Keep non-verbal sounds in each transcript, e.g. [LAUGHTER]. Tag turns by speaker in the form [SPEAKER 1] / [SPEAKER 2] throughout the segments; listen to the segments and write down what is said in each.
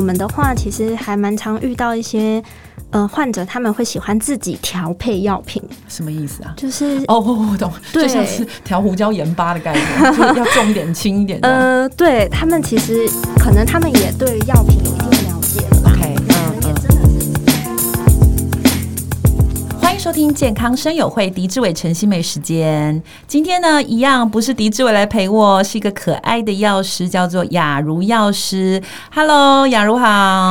[SPEAKER 1] 们的话，其实还蛮常遇到一些呃患者，他们会喜欢自己调配药品，
[SPEAKER 2] 什么意思啊？
[SPEAKER 1] 就是
[SPEAKER 2] 哦，我懂，
[SPEAKER 1] 对
[SPEAKER 2] 就像是调胡椒盐巴
[SPEAKER 1] [LAUGHS]
[SPEAKER 2] 的概念，就要重一点、轻一点的。
[SPEAKER 1] 呃，对他们其实可能他们也对药品有一定的了解了吧，
[SPEAKER 2] OK，嗯
[SPEAKER 1] 可能
[SPEAKER 2] 嗯
[SPEAKER 1] 也。真的是
[SPEAKER 2] 欢迎收听健康生友会狄志伟陈心梅时间。今天呢，一样不是狄志伟来陪我，是一个可爱的药师，叫做雅茹药师。Hello，雅茹好。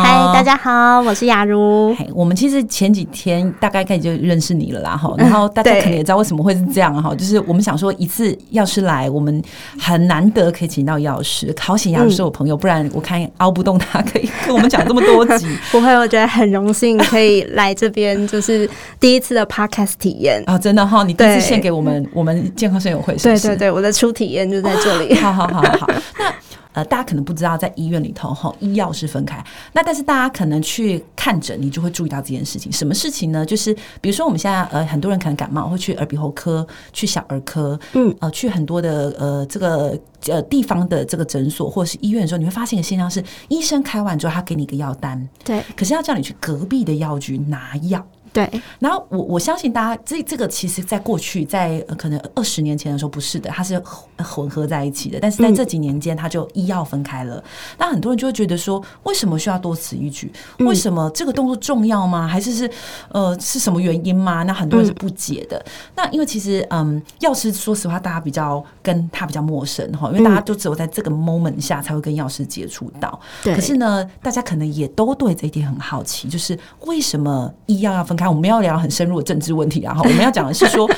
[SPEAKER 1] 嗨，大。家好，我是雅茹。
[SPEAKER 2] 嘿哎我们其实前几天大概可以就认识你了啦，
[SPEAKER 1] 嗯
[SPEAKER 2] 哈，然后大家
[SPEAKER 1] 对
[SPEAKER 2] 可能也知道为什么会是这样啊哈，就是我们想说一次药师来，我们很难得可以请到药师，好险药师是我朋友，不然我看熬不动他可以跟我们讲这么多
[SPEAKER 1] [LAUGHS]
[SPEAKER 2] 集
[SPEAKER 1] 不会，我觉得很荣幸可以来这边，就是第一次的 podcast 体验。
[SPEAKER 2] 啊，真的哈，你第一次
[SPEAKER 1] 对
[SPEAKER 2] 献给我们我们健康生友会，是不
[SPEAKER 1] 对
[SPEAKER 2] 是
[SPEAKER 1] 对对，我的初体验就在这里。
[SPEAKER 2] [LAUGHS] 好好好好，好，那呃，大家可能不知道，在医院里头哈，医药是分开。那但是大家可能去看诊，你就会注意到这件事情。什么事情呢？就是比如说我们现在呃，很多人可能感冒会去耳鼻喉科、去小儿科，
[SPEAKER 1] 嗯，
[SPEAKER 2] 呃，去很多的呃这个呃地方的这个诊所或者是医院的时候，你会发现一个现象是，医生开完之后，他给你一个药单，
[SPEAKER 1] 对
[SPEAKER 2] 可是要叫你去隔壁的药局拿药。
[SPEAKER 1] 对，
[SPEAKER 2] 然后我我相信大家这这个其实，在过去在、呃可能二十年前的时候不是的，它是混混合在一起的。但是在
[SPEAKER 1] 嗯
[SPEAKER 2] 这几年间，它就医药分开了。那很多人就会觉得说，为什么需要多此一举？为什么这个动作重要吗？还是是呃是什么原因吗？那很多人是不解的。那因为其实嗯，药师说实话，大家比较跟他比较陌生哈，因为大家就只有在这个 moment 下才会跟药师接触到。
[SPEAKER 1] 对
[SPEAKER 2] 可是呢，大家可能也都对这一点很好奇，就是为什么医药要分开？我们要聊很深入的政治问题啊，哈，我们要讲的是说。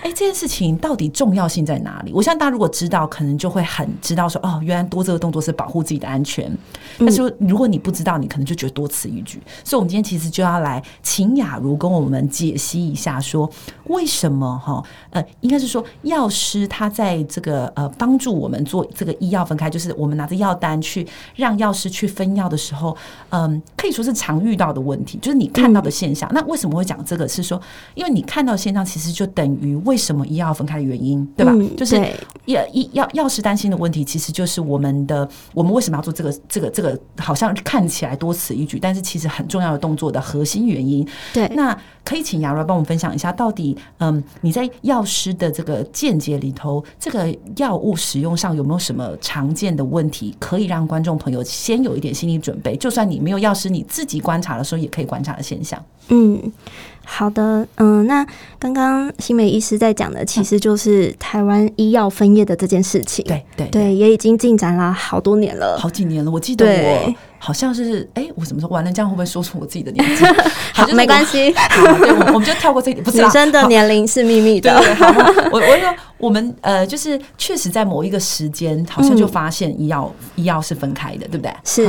[SPEAKER 2] 哎，这件事情到底重要性在哪里？我相信大家如果知道，可能就会很知道说，哦，原来多这个动作是保护自己的安全。但是如果你不知道，你可能就觉得多此一举。所以，我们今天其实就要来请雅茹跟我们解析一下说为什么哈，呃，应该是说药师他在这个呃帮助我们做这个医药分开，就是我们拿着药单去让药师去分药的时候，嗯，可以说是常遇到的问题，就是你看到的现象。那为什么会讲这个？是说，因为你看到的现象，其实就等于为什么医药分开的原因，对吧？
[SPEAKER 1] 嗯
[SPEAKER 2] 就是
[SPEAKER 1] 对
[SPEAKER 2] 药医药药师担心的问题，其实就是我们的我们为什么要做这个这个这个，好像看起来多此一举，但是其实很重要的动作的核心原因。
[SPEAKER 1] 对
[SPEAKER 2] 那可以请雅茹来帮我们分享一下，到底嗯你在药师的这个见解里头，这个药物使用上有没有什么常见的问题，可以让观众朋友先有一点心理准备？就算你没有药师，你自己观察的时候也可以观察的现象。
[SPEAKER 1] 嗯，好的，嗯，那刚刚新美医师在讲的，其实就是台湾医药分业的这件事情。
[SPEAKER 2] 对对
[SPEAKER 1] 对，也已经进展了好多年了。
[SPEAKER 2] 好几年了，我记得
[SPEAKER 1] 对
[SPEAKER 2] 我好像是哎、我什么时候完了？这样会不会说出我自己
[SPEAKER 1] [LAUGHS]
[SPEAKER 2] 的年纪？好
[SPEAKER 1] 没关。系，
[SPEAKER 2] 就是我好对我我们就跳过这一点， [LAUGHS] 不是啦
[SPEAKER 1] 女生的
[SPEAKER 2] 好
[SPEAKER 1] 年龄是秘密
[SPEAKER 2] 对
[SPEAKER 1] 的。
[SPEAKER 2] 对，好，我我说我们呃，就是确实在某一个时间，好像就
[SPEAKER 1] 嗯
[SPEAKER 2] 发现医药、医药是分开的，对不对？
[SPEAKER 1] 是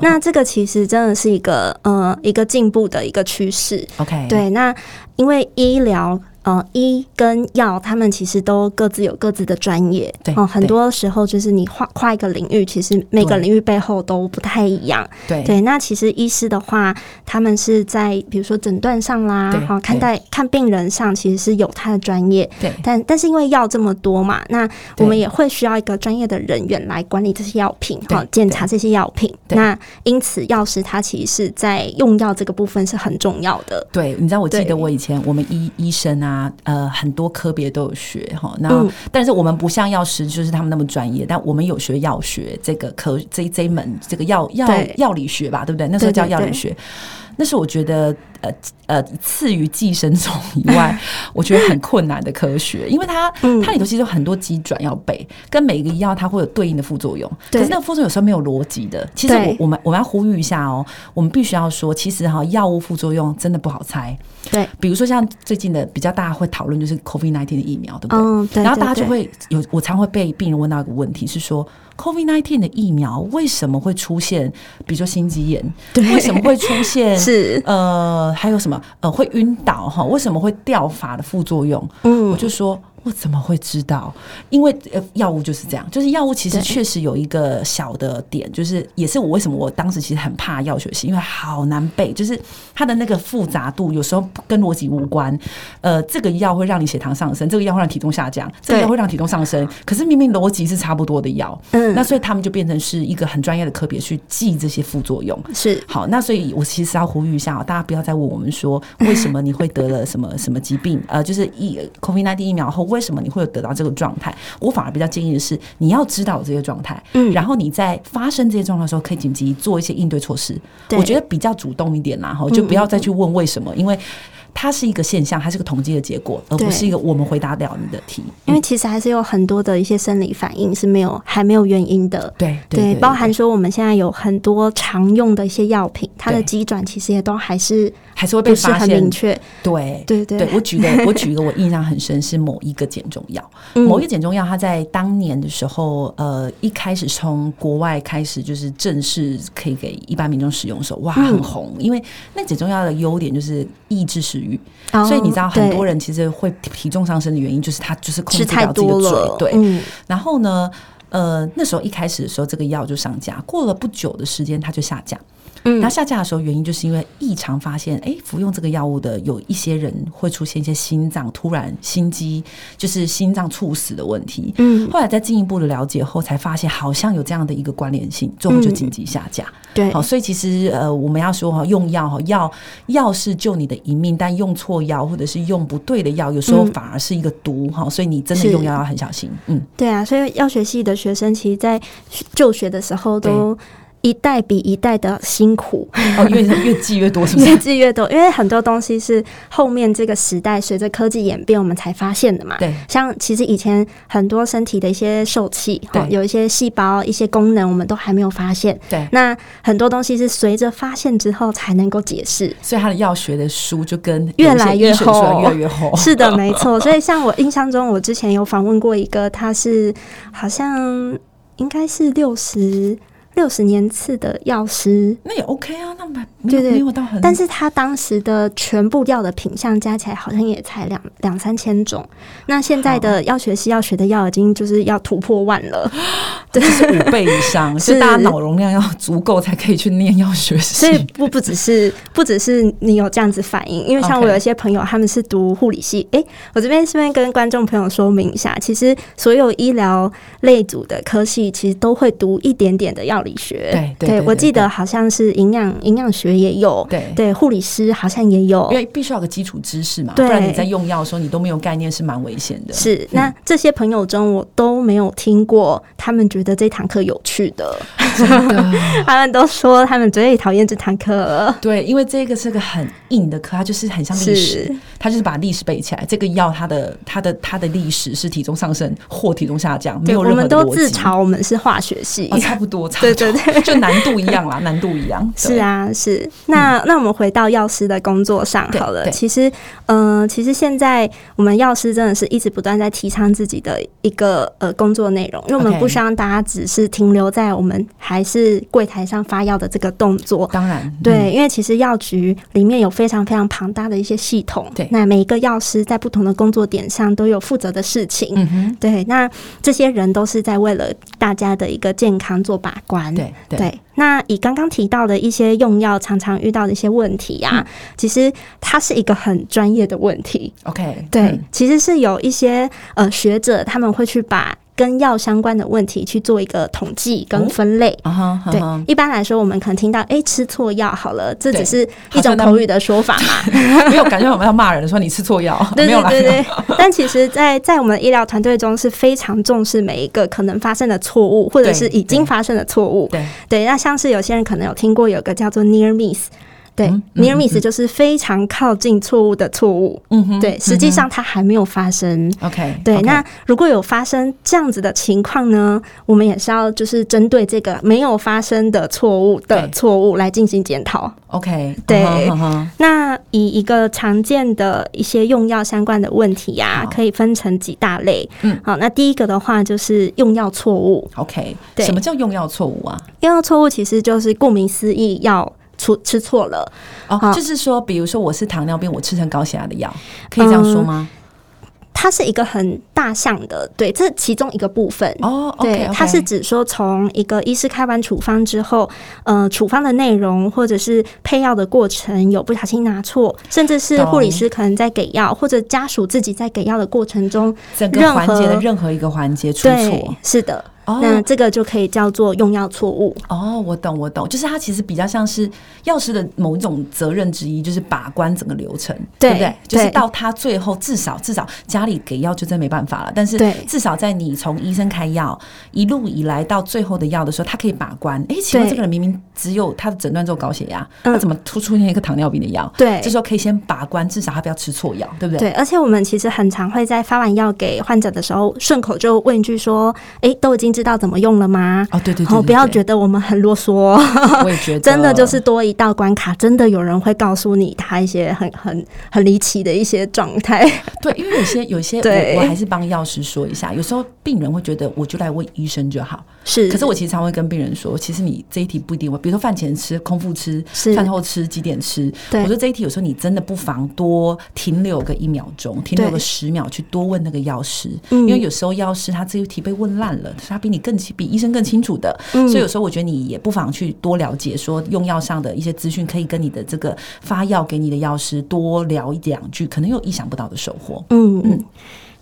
[SPEAKER 1] 那这个其实真的是一个呃一个进步的一个趋势。
[SPEAKER 2] OK，，
[SPEAKER 1] 对，那因为医疗。呃，医跟药，他们其实都各自有各自的专业，
[SPEAKER 2] 对
[SPEAKER 1] 哦、很
[SPEAKER 2] 对
[SPEAKER 1] 多时候就是你跨跨一个领域，其实每个
[SPEAKER 2] 对
[SPEAKER 1] 领域背后都不太一样。
[SPEAKER 2] 对
[SPEAKER 1] 对，那其实医师的话，他们是在比如说诊断上啦
[SPEAKER 2] 对，
[SPEAKER 1] 好看
[SPEAKER 2] 对
[SPEAKER 1] 待看病人上，其实是有他的专业。
[SPEAKER 2] 对
[SPEAKER 1] 但但是因为药这么多嘛，那我
[SPEAKER 2] 对
[SPEAKER 1] 们也会需要一个专业的人员来管理这些药品，
[SPEAKER 2] 对
[SPEAKER 1] 哈，检查这些药品。
[SPEAKER 2] 对
[SPEAKER 1] 那因此，药师他其实是在用药这个部分是很重要的。
[SPEAKER 2] 对，你知道，我记
[SPEAKER 1] 对
[SPEAKER 2] 得我以前我们医医生啊，呃，很多科别都有学哈。那、
[SPEAKER 1] 嗯
[SPEAKER 2] 但是我们不像药师，就是他们那么专业，但我们有学药学这个科这这一门这个药药
[SPEAKER 1] 对
[SPEAKER 2] 药理学吧，对不对？那时候叫
[SPEAKER 1] 对对
[SPEAKER 2] 药理学。那是我觉得，呃呃，次于寄生虫以
[SPEAKER 1] [LAUGHS]
[SPEAKER 2] 外，我觉得很困难的科学，因为它
[SPEAKER 1] 嗯
[SPEAKER 2] 它里头其实有很多机转要背，跟每一个药它会有对应的副作用。可
[SPEAKER 1] 对
[SPEAKER 2] 是那个副作用有时候没有逻辑的。其实我
[SPEAKER 1] 对
[SPEAKER 2] 我们我们要呼吁一下哦，我们必须要说，其实哈药物副作用真的不好猜。
[SPEAKER 1] 对，
[SPEAKER 2] 比如说像最近的比较大家会讨论就是 COVID 1 9的疫苗，对不对？
[SPEAKER 1] 嗯，对。
[SPEAKER 2] 然后
[SPEAKER 1] 对
[SPEAKER 2] 大家就
[SPEAKER 1] 对
[SPEAKER 2] 会有，我常会被病人问到一个问题，是说 COVID 1 9的疫苗为什么会出现，比如说心肌炎，
[SPEAKER 1] 对
[SPEAKER 2] 为什么会出现
[SPEAKER 1] [LAUGHS] 是
[SPEAKER 2] 呃还有什么呃会晕倒哈，为什么会掉发的副作用？
[SPEAKER 1] 嗯
[SPEAKER 2] 我就说我怎么会知道？因为呃，药物就是这样，就是药物其实
[SPEAKER 1] 对
[SPEAKER 2] 确实有一个小的点，就是也是我为什么我当时其实很怕药学系，因为好难背，就是它的那个复杂度有时候跟逻辑无关。呃，这个药会让你血糖上升，这个药会让体重下降，这个药
[SPEAKER 1] 对
[SPEAKER 2] 会让体重上升，可是明明逻辑是差不多的药，
[SPEAKER 1] 嗯
[SPEAKER 2] 那所以他们就变成是一个很专业的科别去记这些副作用。
[SPEAKER 1] 是
[SPEAKER 2] 好，那所以我其实要呼吁一下哦，大家不要再问我们说为什么你会得了什么什么疾病，呃，就是疫 COVID-19 疫苗后为什么你会有得到这个状态？我反而比较建议的是，你要知道这些状态，
[SPEAKER 1] 嗯
[SPEAKER 2] 然后你在发生这些状况的时候，可以紧急做一些应对措施。
[SPEAKER 1] 对嗯
[SPEAKER 2] 我觉得比较主动一点啦，哈，就不要再去问为什么，因为它是一个现象，它是个统计的结果，而不
[SPEAKER 1] 对
[SPEAKER 2] 是一个我们回答了你的题。嗯
[SPEAKER 1] 因为其实还是有很多的一些生理反应是没有还没有原因的。
[SPEAKER 2] 对
[SPEAKER 1] 对，包含说我们现在有很多常用的一些药品，它的
[SPEAKER 2] 对
[SPEAKER 1] 机转其实也都还是
[SPEAKER 2] 还是会被
[SPEAKER 1] 不是
[SPEAKER 2] 发
[SPEAKER 1] 很
[SPEAKER 2] 现
[SPEAKER 1] 明。确。
[SPEAKER 2] 对
[SPEAKER 1] 对对
[SPEAKER 2] 对，我举个我举一个我印象很深是某一个减重药，
[SPEAKER 1] 嗯
[SPEAKER 2] 某一个减重药，它在当年的时候，呃，一开始从国外开始就是正式可以给一般民众使用的时候，哇，
[SPEAKER 1] 嗯
[SPEAKER 2] 很红。因为那减重药的优点就是抑制食欲，所以你知道
[SPEAKER 1] 哦
[SPEAKER 2] 很多
[SPEAKER 1] 对
[SPEAKER 2] 人其实会体重上升的原因就是他就是控
[SPEAKER 1] 吃
[SPEAKER 2] 制
[SPEAKER 1] 太
[SPEAKER 2] 不了自己
[SPEAKER 1] 多
[SPEAKER 2] 的
[SPEAKER 1] 了
[SPEAKER 2] 嘴，，对，
[SPEAKER 1] 嗯，
[SPEAKER 2] 然后呢，呃，那时候一开始的时候，这个药就上架，过了不久的时间，它就下架。
[SPEAKER 1] 嗯
[SPEAKER 2] 然后下架的时候，原因就是因为异常发现，哎，服用这个药物的有一些人会出现一些心脏突然心肌，就是心脏猝死的问题。
[SPEAKER 1] 嗯
[SPEAKER 2] 后来在进一步的了解后，才发现好像有这样的一个关联性，最后就
[SPEAKER 1] 嗯
[SPEAKER 2] 紧急下架。
[SPEAKER 1] 对
[SPEAKER 2] 好，，所以其实呃，我们要说哈，用药哈，药药是救你的一命，但用错药或者是用不对的药，有时候
[SPEAKER 1] 嗯
[SPEAKER 2] 反而是一个毒哈、所以你真的
[SPEAKER 1] 是
[SPEAKER 2] 用药要很小心。嗯，
[SPEAKER 1] 对啊，所以药学系的学生其实，在就学的时候都一代比一代的辛
[SPEAKER 2] [LAUGHS]
[SPEAKER 1] 苦，
[SPEAKER 2] 哦，越越记越多，是不
[SPEAKER 1] 越 [LAUGHS]
[SPEAKER 2] 是？
[SPEAKER 1] 记越多，因为很多东西是后面这个时代随着科技演变，我们才发现的嘛。
[SPEAKER 2] 对
[SPEAKER 1] 像其实以前很多身体的一些受气，
[SPEAKER 2] 对
[SPEAKER 1] 哦有一些细胞、一些功能，我们都还没有发现。
[SPEAKER 2] 对，
[SPEAKER 1] 那很多东西是随着发现之后才能够解释。
[SPEAKER 2] 所以他的药学的书就跟
[SPEAKER 1] 越
[SPEAKER 2] 有一些
[SPEAKER 1] 来越
[SPEAKER 2] 医学书啊
[SPEAKER 1] 厚
[SPEAKER 2] 越来越
[SPEAKER 1] [LAUGHS]
[SPEAKER 2] 厚。
[SPEAKER 1] 是的，没错。所以像我印象中，我之前有访问过一个，他是好像应该是六十六十年次的药师，
[SPEAKER 2] 那也 OK 啊，那没没
[SPEAKER 1] 对对
[SPEAKER 2] 有没有到很，
[SPEAKER 1] 但是他当时的全部药的品相加起来好像也才两两三千种。那现在的药学系要学的药已经就是要突破万了，
[SPEAKER 2] 这是五倍以上，所
[SPEAKER 1] [LAUGHS]
[SPEAKER 2] 以
[SPEAKER 1] 是
[SPEAKER 2] 大家脑容量要足够才可以去念药学
[SPEAKER 1] 所以
[SPEAKER 2] 系。
[SPEAKER 1] 不不只是不只是你有这样子反应，因为像
[SPEAKER 2] OK
[SPEAKER 1] 我有一些朋友他们是读护理系，诶、我这边顺便跟观众朋友说明一下，其实所有医疗类组的科系其实都会读一点点的药理学，
[SPEAKER 2] 对对对对
[SPEAKER 1] 我记得好像是营养营养学也有，
[SPEAKER 2] 对
[SPEAKER 1] 对，护理师好像也有
[SPEAKER 2] 因。为必须要有个基础知识嘛，不
[SPEAKER 1] 哦对
[SPEAKER 2] 然你在用药的时候你都没有概念，是蛮危险的。
[SPEAKER 1] 是，那这些朋友中，我都没有听过他们觉得这堂课有趣
[SPEAKER 2] [LAUGHS]
[SPEAKER 1] 的，他们都说他们最讨厌这堂课了。
[SPEAKER 2] 对，因为这个是个很硬的课，它就是很像历史
[SPEAKER 1] 是，
[SPEAKER 2] 它就是把历史背起来。这个药它的它的它的历史是体重上升或体重下降，没有
[SPEAKER 1] 我
[SPEAKER 2] 任何
[SPEAKER 1] 们
[SPEAKER 2] 的
[SPEAKER 1] 都
[SPEAKER 2] 逻
[SPEAKER 1] 自
[SPEAKER 2] 辑。
[SPEAKER 1] 嘲我们是化学系，
[SPEAKER 2] 哦，差不多，差
[SPEAKER 1] [LAUGHS]
[SPEAKER 2] 不
[SPEAKER 1] 对
[SPEAKER 2] 多，
[SPEAKER 1] 对对
[SPEAKER 2] 就难度一样啦， [LAUGHS] 难度一样。对嗯
[SPEAKER 1] 是，啊，是。那、那我们回到药师的工作上
[SPEAKER 2] 对
[SPEAKER 1] 好了。
[SPEAKER 2] 对
[SPEAKER 1] 其实，嗯、其实现在我们药师真的是一直不断在提倡自己的一个呃工作内容，因为我们
[SPEAKER 2] OK
[SPEAKER 1] 不希望大家只是停留在我们还是柜台上发药的这个动作。
[SPEAKER 2] 当然，嗯
[SPEAKER 1] 对，因为其实药局里面有非常非常庞大的一些系统，
[SPEAKER 2] 对
[SPEAKER 1] 那每一个药师在不同的工作点上都有负责的事情，
[SPEAKER 2] 嗯哼，
[SPEAKER 1] 对，那这些人都是在为了大家的一个健康做把关，
[SPEAKER 2] 对
[SPEAKER 1] 嗯
[SPEAKER 2] 对
[SPEAKER 1] 对，那以刚刚提到的一些用药常常遇到的一些问题呀、
[SPEAKER 2] 嗯
[SPEAKER 1] 啊，其实它是一个很专业的问题。
[SPEAKER 2] ，OK，
[SPEAKER 1] 对，
[SPEAKER 2] 嗯
[SPEAKER 1] 其实是有一些呃学者他们会去把跟药相关的问题去做一个统计跟分类。
[SPEAKER 2] 啊哈，啊
[SPEAKER 1] 对
[SPEAKER 2] 哈，
[SPEAKER 1] 一般来说，我们可能听到“哎，吃错药好了”，这
[SPEAKER 2] 对
[SPEAKER 1] 只是
[SPEAKER 2] 好
[SPEAKER 1] 一种
[SPEAKER 2] 像他
[SPEAKER 1] 口
[SPEAKER 2] 们
[SPEAKER 1] 语的说法
[SPEAKER 2] [LAUGHS]
[SPEAKER 1] 嘛。
[SPEAKER 2] 没有感觉我们要骂人，说你吃错药，
[SPEAKER 1] [LAUGHS] 对
[SPEAKER 2] 没有啦，
[SPEAKER 1] 对对对，但其实在，在我们医疗团队中是非常重视每一个可能发生的错误，或者是已经发生的错误。
[SPEAKER 2] 对
[SPEAKER 1] 对，那像是有些人可能有听过有个叫做 near miss。对、
[SPEAKER 2] 嗯
[SPEAKER 1] n e a r miss 就是非常靠近错误的错误，
[SPEAKER 2] 嗯哼，
[SPEAKER 1] 对，实际上它还没有发生。
[SPEAKER 2] ，OK，
[SPEAKER 1] 对那如果有发生这样子的情况呢，我们也是要就是针对这个没有发生的错误的
[SPEAKER 2] 对
[SPEAKER 1] 错误来进行检讨。
[SPEAKER 2] OK，
[SPEAKER 1] 对
[SPEAKER 2] 啊哈啊
[SPEAKER 1] 那以一个常见的一些用药相关的问题呀、
[SPEAKER 2] 好
[SPEAKER 1] 可以分成几大类。
[SPEAKER 2] 嗯，
[SPEAKER 1] 好，那第一个的话就是用药错误。
[SPEAKER 2] 哈 OK，
[SPEAKER 1] 对
[SPEAKER 2] 什么叫用药错误啊？
[SPEAKER 1] 用药错误其实就是顾名思义，药出吃错了。
[SPEAKER 2] 哦，
[SPEAKER 1] 好嗯
[SPEAKER 2] 就是说，比如说我是糖尿病，我吃成高血压的药，可以这样说吗？
[SPEAKER 1] 它是一个很大项的，对，这是其中一个部分。
[SPEAKER 2] 哦
[SPEAKER 1] 对
[SPEAKER 2] ，OK，
[SPEAKER 1] 它是指说从一个医师开完处方之后，呃，处方的内容或者是配药的过程有不小心拿错，甚至是
[SPEAKER 2] 懂
[SPEAKER 1] 护理师可能在给药，或者家属自己在给药的过程中
[SPEAKER 2] 整个
[SPEAKER 1] 任
[SPEAKER 2] 环节的
[SPEAKER 1] 何
[SPEAKER 2] 任何一个环节出
[SPEAKER 1] 对
[SPEAKER 2] 错，，
[SPEAKER 1] 是的，
[SPEAKER 2] 哦
[SPEAKER 1] 那这个就可以叫做用药错误。
[SPEAKER 2] 哦，我懂，我懂，就是它其实比较像是药师的某一种责任之一，就是把关整个流程，
[SPEAKER 1] 对
[SPEAKER 2] 不对？就是
[SPEAKER 1] 对
[SPEAKER 2] 到他最后，至少至少家里给药就真没办法了，但是
[SPEAKER 1] 对
[SPEAKER 2] 至少在你从医生开药一路以来到最后的药的时候，他可以把关。诶，奇怪，
[SPEAKER 1] 对
[SPEAKER 2] 这个人明明只有他的诊断只有高血压，
[SPEAKER 1] 嗯
[SPEAKER 2] 他怎么突出现一个糖尿病的药？
[SPEAKER 1] 对
[SPEAKER 2] 这时候可以先把关，至少他不要吃错药，对不对？
[SPEAKER 1] 对，而且我们其实很常会在发完药给患者的时候，顺口就问一句说：“诶，都已经知道怎么用了吗？”
[SPEAKER 2] 哦，对对对
[SPEAKER 1] 然后不要
[SPEAKER 2] 对
[SPEAKER 1] 觉得我们很啰嗦哦，
[SPEAKER 2] 我也觉
[SPEAKER 1] [LAUGHS]
[SPEAKER 2] 得
[SPEAKER 1] 真的就是多一道关卡，真的有人会告诉你他一些很很很离奇的一些状
[SPEAKER 2] [LAUGHS]
[SPEAKER 1] 态。
[SPEAKER 2] 对，因为有些有些
[SPEAKER 1] 对
[SPEAKER 2] 我我还是帮药师说一下，有时候病人会觉得我就来问医生就好，
[SPEAKER 1] 是，
[SPEAKER 2] 可是我其实常会跟病人说，其实你这一题不一定会，比如说饭前吃、空腹吃、
[SPEAKER 1] 是
[SPEAKER 2] 饭后吃、几点吃，
[SPEAKER 1] 对
[SPEAKER 2] 我说这一题有时候你真的不妨多停留个一秒钟，停留
[SPEAKER 1] 对
[SPEAKER 2] 个十秒去多问那个药师，
[SPEAKER 1] 嗯
[SPEAKER 2] 因为有时候药师他这一题被问烂了，是他比你更清比医生更清楚的，
[SPEAKER 1] 嗯
[SPEAKER 2] 所以有时候我觉得你也不妨去多了解，说用药上的一些资讯，可以跟你的这个发药给你的药师多聊一两句，可能有意想不到的收获。
[SPEAKER 1] 嗯嗯。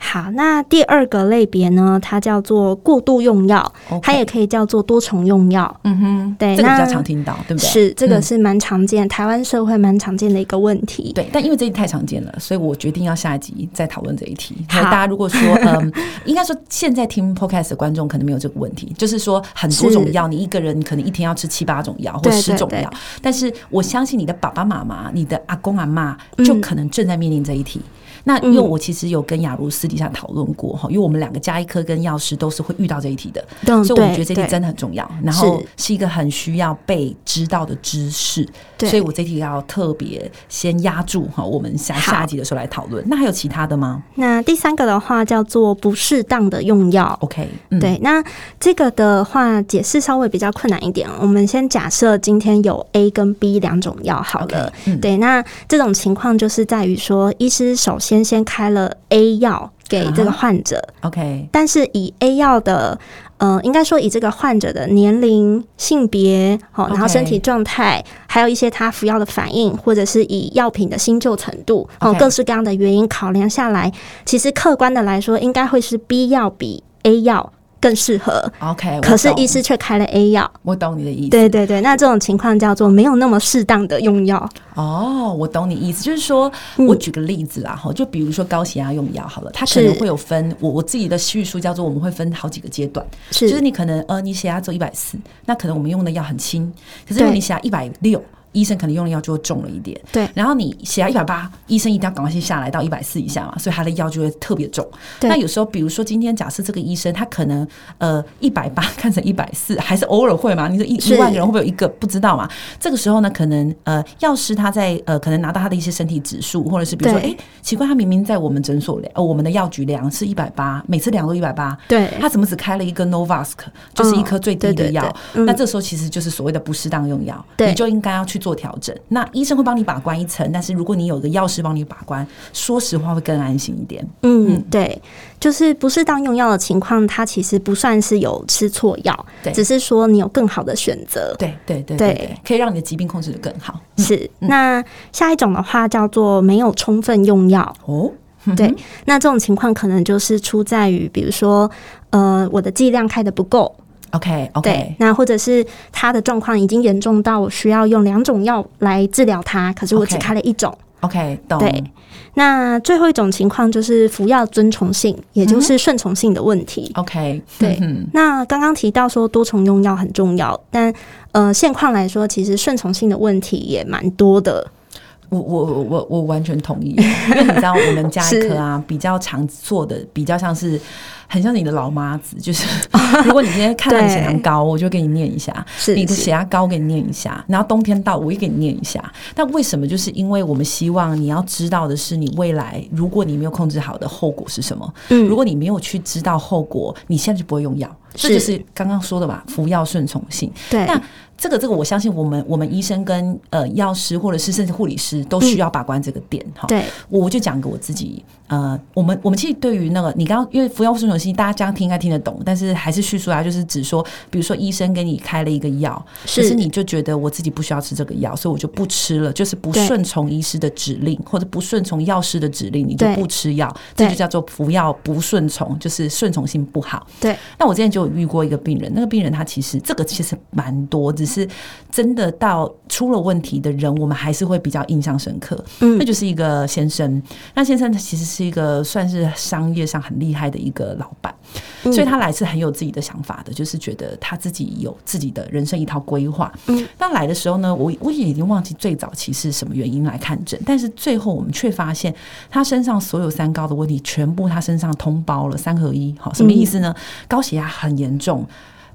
[SPEAKER 1] 好，那第二个类别呢，它叫做过度用药
[SPEAKER 2] OK
[SPEAKER 1] 它也可以叫做多重用药。
[SPEAKER 2] 嗯哼，
[SPEAKER 1] 对
[SPEAKER 2] 这个比较
[SPEAKER 1] 那
[SPEAKER 2] 常听到，对不对？
[SPEAKER 1] 是，这个
[SPEAKER 2] 嗯
[SPEAKER 1] 是蛮常见，台湾社会蛮常见的一个问题。
[SPEAKER 2] 对，但因为这一题太常见了，所以我决定要下一集再讨论这一题。
[SPEAKER 1] 好
[SPEAKER 2] 所以大家如果说，嗯，应该说现在听 podcast 的观众可能没有这个问题，就是说很多
[SPEAKER 1] 是
[SPEAKER 2] 种药，你一个人可能一天要吃七八种药或
[SPEAKER 1] 对
[SPEAKER 2] 十
[SPEAKER 1] 对
[SPEAKER 2] 种
[SPEAKER 1] 对
[SPEAKER 2] 药，但是我相信你的爸爸妈妈、你的阿公阿妈
[SPEAKER 1] 嗯
[SPEAKER 2] 就可能正在面临这一题。那因为
[SPEAKER 1] 嗯
[SPEAKER 2] 我其实有跟雅茹私底下讨论过哈，因为我们两个加一科跟药师都是会遇到这一题的，
[SPEAKER 1] 嗯
[SPEAKER 2] 所以我们觉得这
[SPEAKER 1] 对
[SPEAKER 2] 题真的很重要，然后
[SPEAKER 1] 是
[SPEAKER 2] 是一个很需要被知道的知识，
[SPEAKER 1] 对
[SPEAKER 2] 所以我这题要特别先压住哈，我们下
[SPEAKER 1] 好
[SPEAKER 2] 下一集的时候来讨论。那还有其他的吗
[SPEAKER 1] 那第三个的话叫做不适当的用药。
[SPEAKER 2] ？OK，嗯，，
[SPEAKER 1] 对，那这个的话解释稍微比较困难一点。我们先假设今天有 A 跟 B 两种药好了。
[SPEAKER 2] OK，嗯
[SPEAKER 1] 对，那这种情况就是在于说，医师首先先开了 A 药给这个
[SPEAKER 2] 啊
[SPEAKER 1] 患者，
[SPEAKER 2] ，OK，
[SPEAKER 1] 但是以 A 药的，呃，应该说以这个患者的年龄、性别，好、然后
[SPEAKER 2] OK
[SPEAKER 1] 身体状态，还有一些他服药的反应，或者是以药品的新旧程度，哦、
[SPEAKER 2] OK
[SPEAKER 1] 各式各样的原因考量下来，其实客观的来说，应该会是 B 药比 A 药更适合。
[SPEAKER 2] OK，
[SPEAKER 1] 可是医
[SPEAKER 2] 思，
[SPEAKER 1] 师却开了 A 药，
[SPEAKER 2] 我懂你的哎意思，
[SPEAKER 1] 对对对，那这种情况叫做没有那么适当的用药。
[SPEAKER 2] 哦，我懂你意思，就是说
[SPEAKER 1] 嗯
[SPEAKER 2] 我举个例子啦，哈、就比如说高血压用药好了，它可
[SPEAKER 1] 是
[SPEAKER 2] 能会有分，我我自己的叙述叫做我们会分好几个阶段，
[SPEAKER 1] 是
[SPEAKER 2] 就是你可能呃你血压只有一百四，那可能我们用的药很轻，可是如果
[SPEAKER 1] 对
[SPEAKER 2] 你血压一百六。医生可能用的药就会重了一点，
[SPEAKER 1] 对
[SPEAKER 2] 然后你血压一百八，医生一定要赶快先下来到一百四以下嘛，所以他的药就会特别重。
[SPEAKER 1] 对
[SPEAKER 2] 那有时候，比如说今天假设这个医生他可能呃一百八 [LAUGHS] 看成一百四，还是偶尔会嘛？你说一
[SPEAKER 1] 是
[SPEAKER 2] 一万个人会不会有一个不知道嘛？这个时候呢，可能呃药师他在呃可能拿到他的一些身体指数，或者是比如说哎、
[SPEAKER 1] 对
[SPEAKER 2] 诶奇怪，他明明在我们诊所量，呃我们的药局量是一百八，每次量都一百八，
[SPEAKER 1] 对
[SPEAKER 2] 他怎么只开了一个 Novask，就是一颗最低
[SPEAKER 1] 对对
[SPEAKER 2] 的
[SPEAKER 1] 对
[SPEAKER 2] 药？
[SPEAKER 1] 嗯
[SPEAKER 2] 那这时候其实就是所谓的不适当用药，
[SPEAKER 1] 对
[SPEAKER 2] 你就应该要去做调整。那医生会帮你把关一层，但是如果你有一个药师帮你把关，说实话会更安心一点。
[SPEAKER 1] 嗯
[SPEAKER 2] 嗯，
[SPEAKER 1] 对，就是不适当用药的情况，它其实不算是有吃错药
[SPEAKER 2] 对，
[SPEAKER 1] 只是说你有更好的选择。
[SPEAKER 2] 对对对
[SPEAKER 1] 对
[SPEAKER 2] 对，可以让你的疾病控制的更好。
[SPEAKER 1] 是，
[SPEAKER 2] 嗯
[SPEAKER 1] 那下一种的话叫做没有充分用药。
[SPEAKER 2] 哦，
[SPEAKER 1] 对，那这种情况可能就是出在于，比如说，呃，我的剂量开的不够，
[SPEAKER 2] ，OK
[SPEAKER 1] 对
[SPEAKER 2] OK，，
[SPEAKER 1] 那或者是他的状况已经严重到我需要用两种药来治疗他，可是我只
[SPEAKER 2] OK
[SPEAKER 1] 开了一种。
[SPEAKER 2] OK，懂。
[SPEAKER 1] 对那最后一种情况就是服药遵从性，也
[SPEAKER 2] 嗯
[SPEAKER 1] 就是顺从性的问题。
[SPEAKER 2] OK，
[SPEAKER 1] 对
[SPEAKER 2] 嗯
[SPEAKER 1] 那刚刚提到说多重用药很重要，但呃，现况来说，其实顺从性的问题也蛮多的。
[SPEAKER 2] 我我我我我完全同意， [LAUGHS] 因为你知道我们家一科啊，比较常做的比较像是很像你的老妈子，就是 [LAUGHS] 如果你今天看到你血糖高，我就给你念一下；
[SPEAKER 1] 是
[SPEAKER 2] 你的
[SPEAKER 1] 是
[SPEAKER 2] 血压啊高，给你念一下；然后冬天到，我也给你念一下。那为什么？就是因为我们希望你要知道的是，你未来如果你没有控制好的后果是什么。
[SPEAKER 1] 嗯
[SPEAKER 2] 如果你没有去知道后果，你现在就不会用药。这
[SPEAKER 1] 是
[SPEAKER 2] 就是刚刚说的吧，服药顺从性。
[SPEAKER 1] 对，
[SPEAKER 2] 那这个这个，我相信我们我们医生跟呃药师或者是甚至护理师都需要把关这个点哈。
[SPEAKER 1] 对，
[SPEAKER 2] 我我就讲给我自己，呃，我们我们其实对于那个你刚刚因为服药护手心，大家这样听应该听得懂，但是还是叙述啊，就是指说，比如说医生给你开了一个药，可是你就觉得我自己不需要吃这个药，所以我就不吃了，就是不
[SPEAKER 1] 对
[SPEAKER 2] 顺从医师的指令或者不顺从药师的指令，你就
[SPEAKER 1] 对
[SPEAKER 2] 不吃药，这就
[SPEAKER 1] 对
[SPEAKER 2] 叫做服药不顺从，就是顺从性不好。
[SPEAKER 1] 对，
[SPEAKER 2] 那我之前就有遇过一个病人，那个病人他其实这个其实蛮多，只是真的到出了问题的人，我们还是会比较印象深刻。
[SPEAKER 1] 嗯
[SPEAKER 2] 那就是一个先生，那先生他其实是一个算是商业上很厉害的一个老板，
[SPEAKER 1] 嗯
[SPEAKER 2] 所以他来是很有自己的想法的，就是觉得他自己有自己的人生一套规划。
[SPEAKER 1] 嗯，
[SPEAKER 2] 那来的时候呢，我我也已经忘记最早期是什么原因来看诊，但是最后我们却发现他身上所有三高的问题，全部他身上通包了三合一。好，什么意思
[SPEAKER 1] 嗯
[SPEAKER 2] 呢？高血压很严重。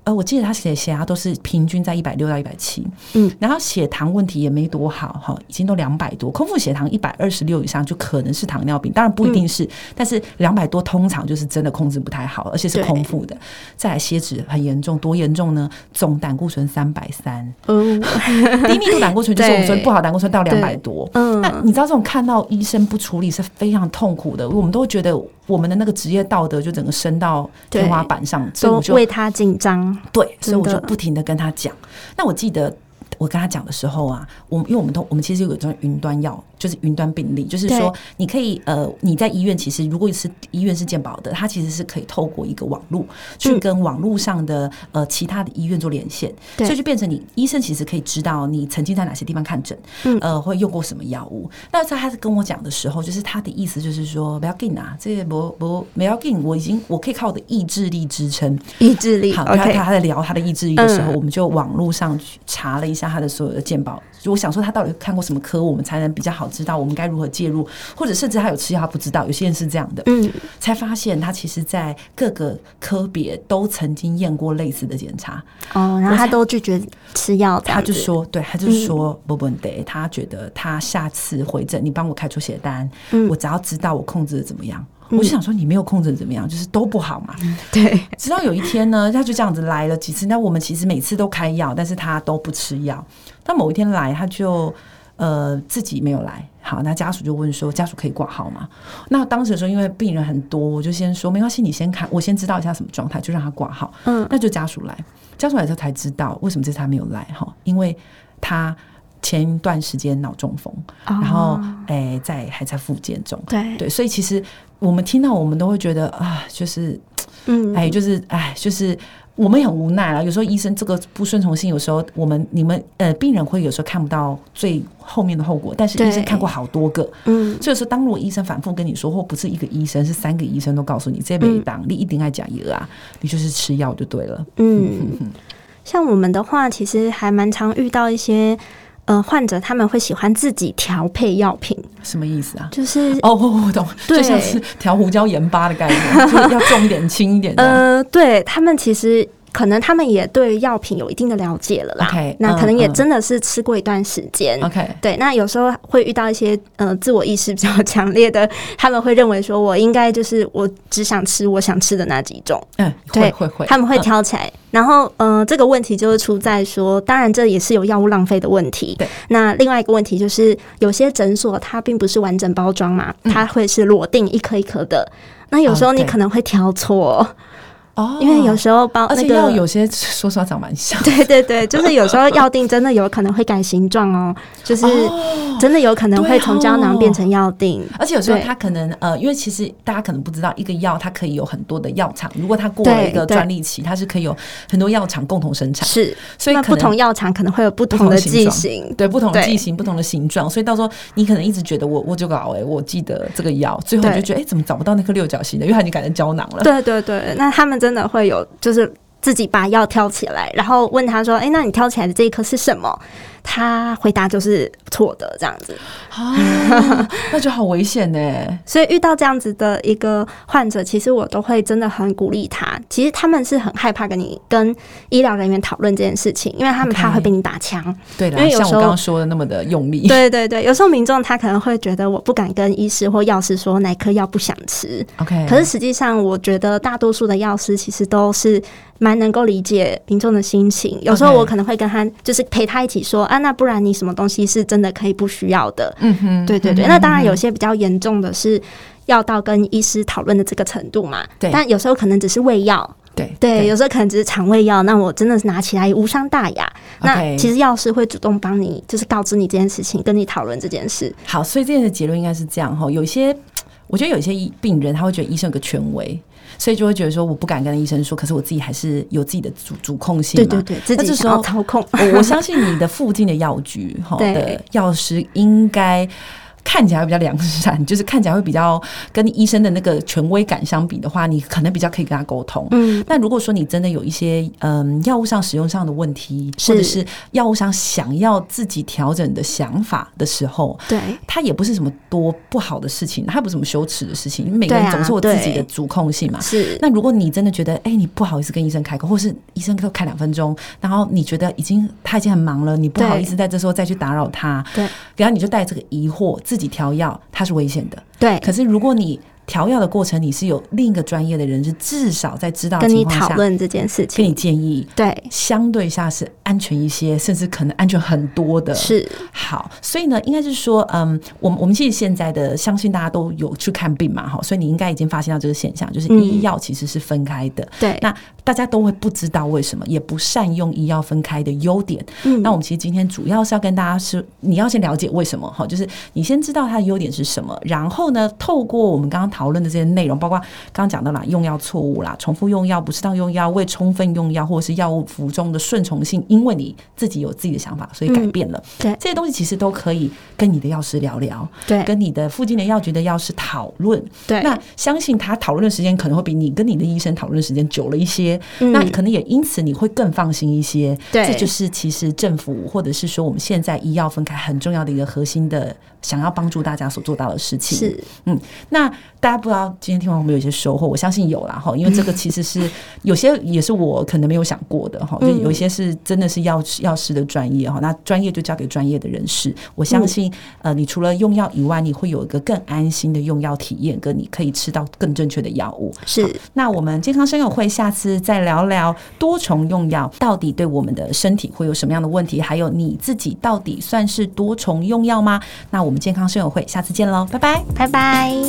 [SPEAKER 2] 呃，我记得他血血压都是平均在一百六到一百七，
[SPEAKER 1] 嗯，
[SPEAKER 2] 然后血糖问题也没多好哈，已经都两百多，空腹血糖一百二十六以上就可能是糖尿病，当然不一定是，
[SPEAKER 1] 嗯
[SPEAKER 2] 但是两百多通常就是真的控制不太好，而且是
[SPEAKER 1] 对
[SPEAKER 2] 空腹的。再来血脂很严重，多严重呢？总胆固醇三百三， [LAUGHS]
[SPEAKER 1] 嗯 [LAUGHS]
[SPEAKER 2] 低密度胆固醇就是我们说
[SPEAKER 1] 对
[SPEAKER 2] 不好胆固醇到两百
[SPEAKER 1] 对
[SPEAKER 2] 多。那
[SPEAKER 1] 嗯，
[SPEAKER 2] 你知道这种看到医生不处理是非常痛苦的，我们都会觉得我们的那个职业道德就整个升到
[SPEAKER 1] 对
[SPEAKER 2] 天花板上，所以
[SPEAKER 1] 都
[SPEAKER 2] 我就
[SPEAKER 1] 为他紧张，
[SPEAKER 2] 对，所以我
[SPEAKER 1] 真
[SPEAKER 2] 就
[SPEAKER 1] 的
[SPEAKER 2] 不停的跟他讲。那我记得我跟他讲的时候啊，我因为我们都我们其实有一种云端药，就是云端病例，就是
[SPEAKER 1] 对
[SPEAKER 2] 说你可以呃你在医院其实如果是医院是健保的，它其实是可以透过一个网络去
[SPEAKER 1] 嗯
[SPEAKER 2] 跟网络上的呃其他的医院做连线，
[SPEAKER 1] 对
[SPEAKER 2] 所以就变成你医生其实可以知道你曾经在哪些地方看诊，
[SPEAKER 1] 嗯
[SPEAKER 2] 呃会用过什么药物。那在他跟我讲的时候，就是他的意思就是说不要紧啊，这个不不不要紧，我已经我可以靠我的意志力支撑。
[SPEAKER 1] 意志力
[SPEAKER 2] 好，他
[SPEAKER 1] ，OK，
[SPEAKER 2] 他在聊他的意志力的时候，
[SPEAKER 1] 嗯
[SPEAKER 2] 我们就网络上去查了一下他的所有的健保。我想说他到底看过什么科，我们才能比较好知道我们该如何介入，或者甚至他有吃药他不知道，有些人是这样的，
[SPEAKER 1] 嗯，
[SPEAKER 2] 才发现他其实在各个科别都曾经验过类似的检查。
[SPEAKER 1] 哦，然后他都拒绝吃药，这
[SPEAKER 2] 他
[SPEAKER 1] 样
[SPEAKER 2] 就
[SPEAKER 1] 子嗯
[SPEAKER 2] 说，对，他就说不问得，他觉得他下次回诊，你帮我开出血单，
[SPEAKER 1] 嗯
[SPEAKER 2] 我只要知道我控制的怎么样。
[SPEAKER 1] 嗯
[SPEAKER 2] 我就想说，你没有控制得怎么样，就是都不好嘛。
[SPEAKER 1] 对，
[SPEAKER 2] [LAUGHS] 直到有一天呢，他就这样子来了几次。那我们其实每次都开药，但是他都不吃药。但某一天来，他就呃自己没有来。好，那家属就问说，家属可以挂号吗？那当时的时候，因为病人很多，我就先说没关系，你先看，我先知道一下什么状态，就让他挂号。
[SPEAKER 1] 嗯，
[SPEAKER 2] 那就家属来，家属来之后才知道为什么这次他没有来哈，因为他前一段时间脑中风，然后
[SPEAKER 1] 哦
[SPEAKER 2] 诶、在还在复健中。
[SPEAKER 1] 对，
[SPEAKER 2] 对，所以其实我们听到，我们都会觉得啊，就是
[SPEAKER 1] 嗯，
[SPEAKER 2] 哎，就是哎，就是我们也很无奈啦。有时候医生这个不顺从性，有时候我们你们呃病人会有时候看不到最后面的后果，但是医生
[SPEAKER 1] 对
[SPEAKER 2] 看过好多个，
[SPEAKER 1] 嗯，
[SPEAKER 2] 所以说当如果医生反复跟你说，或不是一个医生，是三个医生都告诉你这没当，你一定爱讲药啊，你就是吃药就对了。
[SPEAKER 1] 嗯，像我们的话，其实还蛮常遇到一些呃患者，他们会喜欢自己调配药品，
[SPEAKER 2] 什么意思啊？
[SPEAKER 1] 就是、
[SPEAKER 2] 哦，我我懂，就
[SPEAKER 1] 对
[SPEAKER 2] 像是调胡椒盐巴的
[SPEAKER 1] [LAUGHS]
[SPEAKER 2] 概念，就是要重一点、轻一点的。
[SPEAKER 1] 呃，对他们其实。可能他们也对药品有一定的了解了啦
[SPEAKER 2] OK，
[SPEAKER 1] 那
[SPEAKER 2] 嗯
[SPEAKER 1] 可能也
[SPEAKER 2] 嗯
[SPEAKER 1] 真的是吃过一段时间。
[SPEAKER 2] OK，
[SPEAKER 1] 对，那有时候会遇到一些呃自我意识比较强烈的，他们会认为说我应该就是我只想吃我想吃的那几种，
[SPEAKER 2] 嗯，会
[SPEAKER 1] 对
[SPEAKER 2] 会会，
[SPEAKER 1] 他们会
[SPEAKER 2] 嗯
[SPEAKER 1] 挑起来。然后，嗯、这个问题就是出在说，当然这也是有药物浪费的问题。
[SPEAKER 2] 对，
[SPEAKER 1] 那另外一个问题就是，有些诊所它并不是完整包装嘛，
[SPEAKER 2] 嗯
[SPEAKER 1] 它会是裸定一颗一颗的。那有时
[SPEAKER 2] 哦
[SPEAKER 1] 候你
[SPEAKER 2] 对
[SPEAKER 1] 可能会挑错，
[SPEAKER 2] 哦，
[SPEAKER 1] 因为有时候包
[SPEAKER 2] 而
[SPEAKER 1] 那
[SPEAKER 2] 且
[SPEAKER 1] 个。
[SPEAKER 2] 药有些说实话长蛮
[SPEAKER 1] [LAUGHS]
[SPEAKER 2] 像
[SPEAKER 1] 对对对，就是有时候药定真的有可能会改形状哦，就是
[SPEAKER 2] 哦
[SPEAKER 1] 真的有可能会从胶囊变成药定。
[SPEAKER 2] 而且有时候
[SPEAKER 1] 对
[SPEAKER 2] 它可能呃，因为其实大家可能不知道，一个药它可以有很多的药厂，如果它过了一个
[SPEAKER 1] 对对
[SPEAKER 2] 专利期，它是可以有很多药厂共同生产，
[SPEAKER 1] 是，
[SPEAKER 2] 啊所以
[SPEAKER 1] 那
[SPEAKER 2] 可
[SPEAKER 1] 不同
[SPEAKER 2] 能。
[SPEAKER 1] 药厂可能会有不
[SPEAKER 2] 同
[SPEAKER 1] 同的
[SPEAKER 2] 形
[SPEAKER 1] 剂
[SPEAKER 2] 状
[SPEAKER 1] 型。
[SPEAKER 2] 对不同的
[SPEAKER 1] 对
[SPEAKER 2] 剂型、不同的形状，所以到时候你可能一直觉得我我就搞哎、我记得这个药，最后你就
[SPEAKER 1] 对
[SPEAKER 2] 觉得哎、怎么找不到那颗六角形的？因为它已经改成胶囊了。
[SPEAKER 1] 对对对，那他们真的会有，就是自己把药挑起来，然后问他说：“哎、那你挑起来的这一颗是什么？”他回答就是错的这样子。
[SPEAKER 2] 啊，那就好危险呢、
[SPEAKER 1] 所以遇到这样子的一个患者，其实我都会真的很鼓励他。其实他们是很害怕跟你跟医疗人员讨论这件事情，因为他们
[SPEAKER 2] OK
[SPEAKER 1] 怕会被你打枪。
[SPEAKER 2] 对啦
[SPEAKER 1] 因，为有
[SPEAKER 2] 像我
[SPEAKER 1] 时候
[SPEAKER 2] 刚刚说的那么的用力。
[SPEAKER 1] 对对对，有时候民众他可能会觉得我不敢跟医师或药师说哪颗药不想吃，
[SPEAKER 2] OK，
[SPEAKER 1] 可是实际上，我觉得大多数的药师其实都是蛮能够理解民众的心情。有时候
[SPEAKER 2] OK
[SPEAKER 1] 我可能会跟他，就是陪他一起说啊，那不然你什么东西是真的可以不需要的？
[SPEAKER 2] 嗯哼，
[SPEAKER 1] 对对
[SPEAKER 2] 嗯
[SPEAKER 1] 对。
[SPEAKER 2] 哼
[SPEAKER 1] 那当然，有些比较严重的是。药到跟医师讨论的这个程度嘛。
[SPEAKER 2] 对
[SPEAKER 1] 但有时候可能只是喂药，
[SPEAKER 2] 对
[SPEAKER 1] 对，有时候可能只是肠胃药，那我真的是拿起来无伤大雅。那
[SPEAKER 2] OK
[SPEAKER 1] 其实药师会主动帮你，就是告知你这件事情，跟你讨论这件事。
[SPEAKER 2] 好，所以这件的结论应该是这样哈。有一些，我觉得有一些医病人他会觉得医生有个权威，所以就会觉得说我不敢跟医生说，可是我自己还是有自己的主主控性
[SPEAKER 1] 对
[SPEAKER 2] 嘛。
[SPEAKER 1] 对对，自
[SPEAKER 2] 那这
[SPEAKER 1] 己
[SPEAKER 2] 时
[SPEAKER 1] 想要
[SPEAKER 2] 候
[SPEAKER 1] 操控。
[SPEAKER 2] [LAUGHS] 我我相信你的附近的药局哈
[SPEAKER 1] 对
[SPEAKER 2] 的药师应该。看起来会比较良善，就是看起来会比较跟医生的那个权威感相比的话，你可能比较可以跟他沟通。
[SPEAKER 1] 嗯，
[SPEAKER 2] 那如果说你真的有一些嗯药物上使用上的问题，或者
[SPEAKER 1] 是
[SPEAKER 2] 是药物上想要自己调整的想法的时候，
[SPEAKER 1] 对，
[SPEAKER 2] 它也不是什么多不好的事情，它不是什么羞耻的事情，每个
[SPEAKER 1] 对
[SPEAKER 2] 人
[SPEAKER 1] 啊
[SPEAKER 2] 总是有自己
[SPEAKER 1] 对啊
[SPEAKER 2] 的主控性嘛。
[SPEAKER 1] 是
[SPEAKER 2] 那如果你真的觉得，哎、你不好意思跟医生开口，或是医生给我开两分钟，然后你觉得已经他已经很忙了，你不好
[SPEAKER 1] 对
[SPEAKER 2] 意思在这时候再去打扰他，
[SPEAKER 1] 对，
[SPEAKER 2] 然后你就带这个疑惑自己调药，它是危险的。
[SPEAKER 1] 对，
[SPEAKER 2] 可是如果你调药的过程，你是有另一个专业的人，是至少在知道的
[SPEAKER 1] 跟
[SPEAKER 2] 情
[SPEAKER 1] 你
[SPEAKER 2] 况下
[SPEAKER 1] 讨论这件事
[SPEAKER 2] 给你
[SPEAKER 1] 情。
[SPEAKER 2] 建议，
[SPEAKER 1] 对，
[SPEAKER 2] 相对下是安全一些，甚至可能安全很多的。
[SPEAKER 1] 是
[SPEAKER 2] 好，所以呢，应该是说，嗯，我们我们其实现在的相信大家都有去看病嘛，哈，所以你应该已经发现到这个现象，就是
[SPEAKER 1] 嗯
[SPEAKER 2] 医药其实是分开的。
[SPEAKER 1] 对。
[SPEAKER 2] 那大家都会不知道为什么，也不善用医药分开的优点。
[SPEAKER 1] 嗯
[SPEAKER 2] 那我们其实今天主要是要跟大家是，你要先了解为什么哈，就是你先知道它的优点是什么，然后呢，透过我们刚刚讨论的这些内容，包括刚刚讲到啦，用药错误啦，重复用药、不适当用药、未充分用药，或者是药物服中的顺从性，因为你自己有自己的想法，所以改变了。
[SPEAKER 1] 嗯对
[SPEAKER 2] 这些东西其实都可以跟你的药师聊聊，
[SPEAKER 1] 对
[SPEAKER 2] 跟你的附近的药局的药师讨论。
[SPEAKER 1] 对，
[SPEAKER 2] 那相信他讨论的时间可能会比你跟你的医生讨论的时间久了一些，
[SPEAKER 1] 嗯
[SPEAKER 2] 那可能也因此你会更放心一些。
[SPEAKER 1] 对
[SPEAKER 2] 这就是其实政府或者是说我们现在医药分开很重要的一个核心的，想要帮助大家所做到的事情。
[SPEAKER 1] 是
[SPEAKER 2] 那大家不知道今天听完我们有一些收获，我相信有啦哈，因为这个其实是有些也是我可能没有想过的哈，就
[SPEAKER 1] 嗯
[SPEAKER 2] 有一些是真的是药药师的专业哈，那专业就交给专业的人士。我相信、
[SPEAKER 1] 嗯
[SPEAKER 2] 呃，你除了用药以外，你会有一个更安心的用药体验，跟你可以吃到更正确的药物。
[SPEAKER 1] 是，
[SPEAKER 2] 那我们健康生友会下次再聊聊多重用药到底对我们的身体会有什么样的问题，还有你自己到底算是多重用药吗？那我们健康生友会下次见喽，拜拜。
[SPEAKER 1] 拜拜。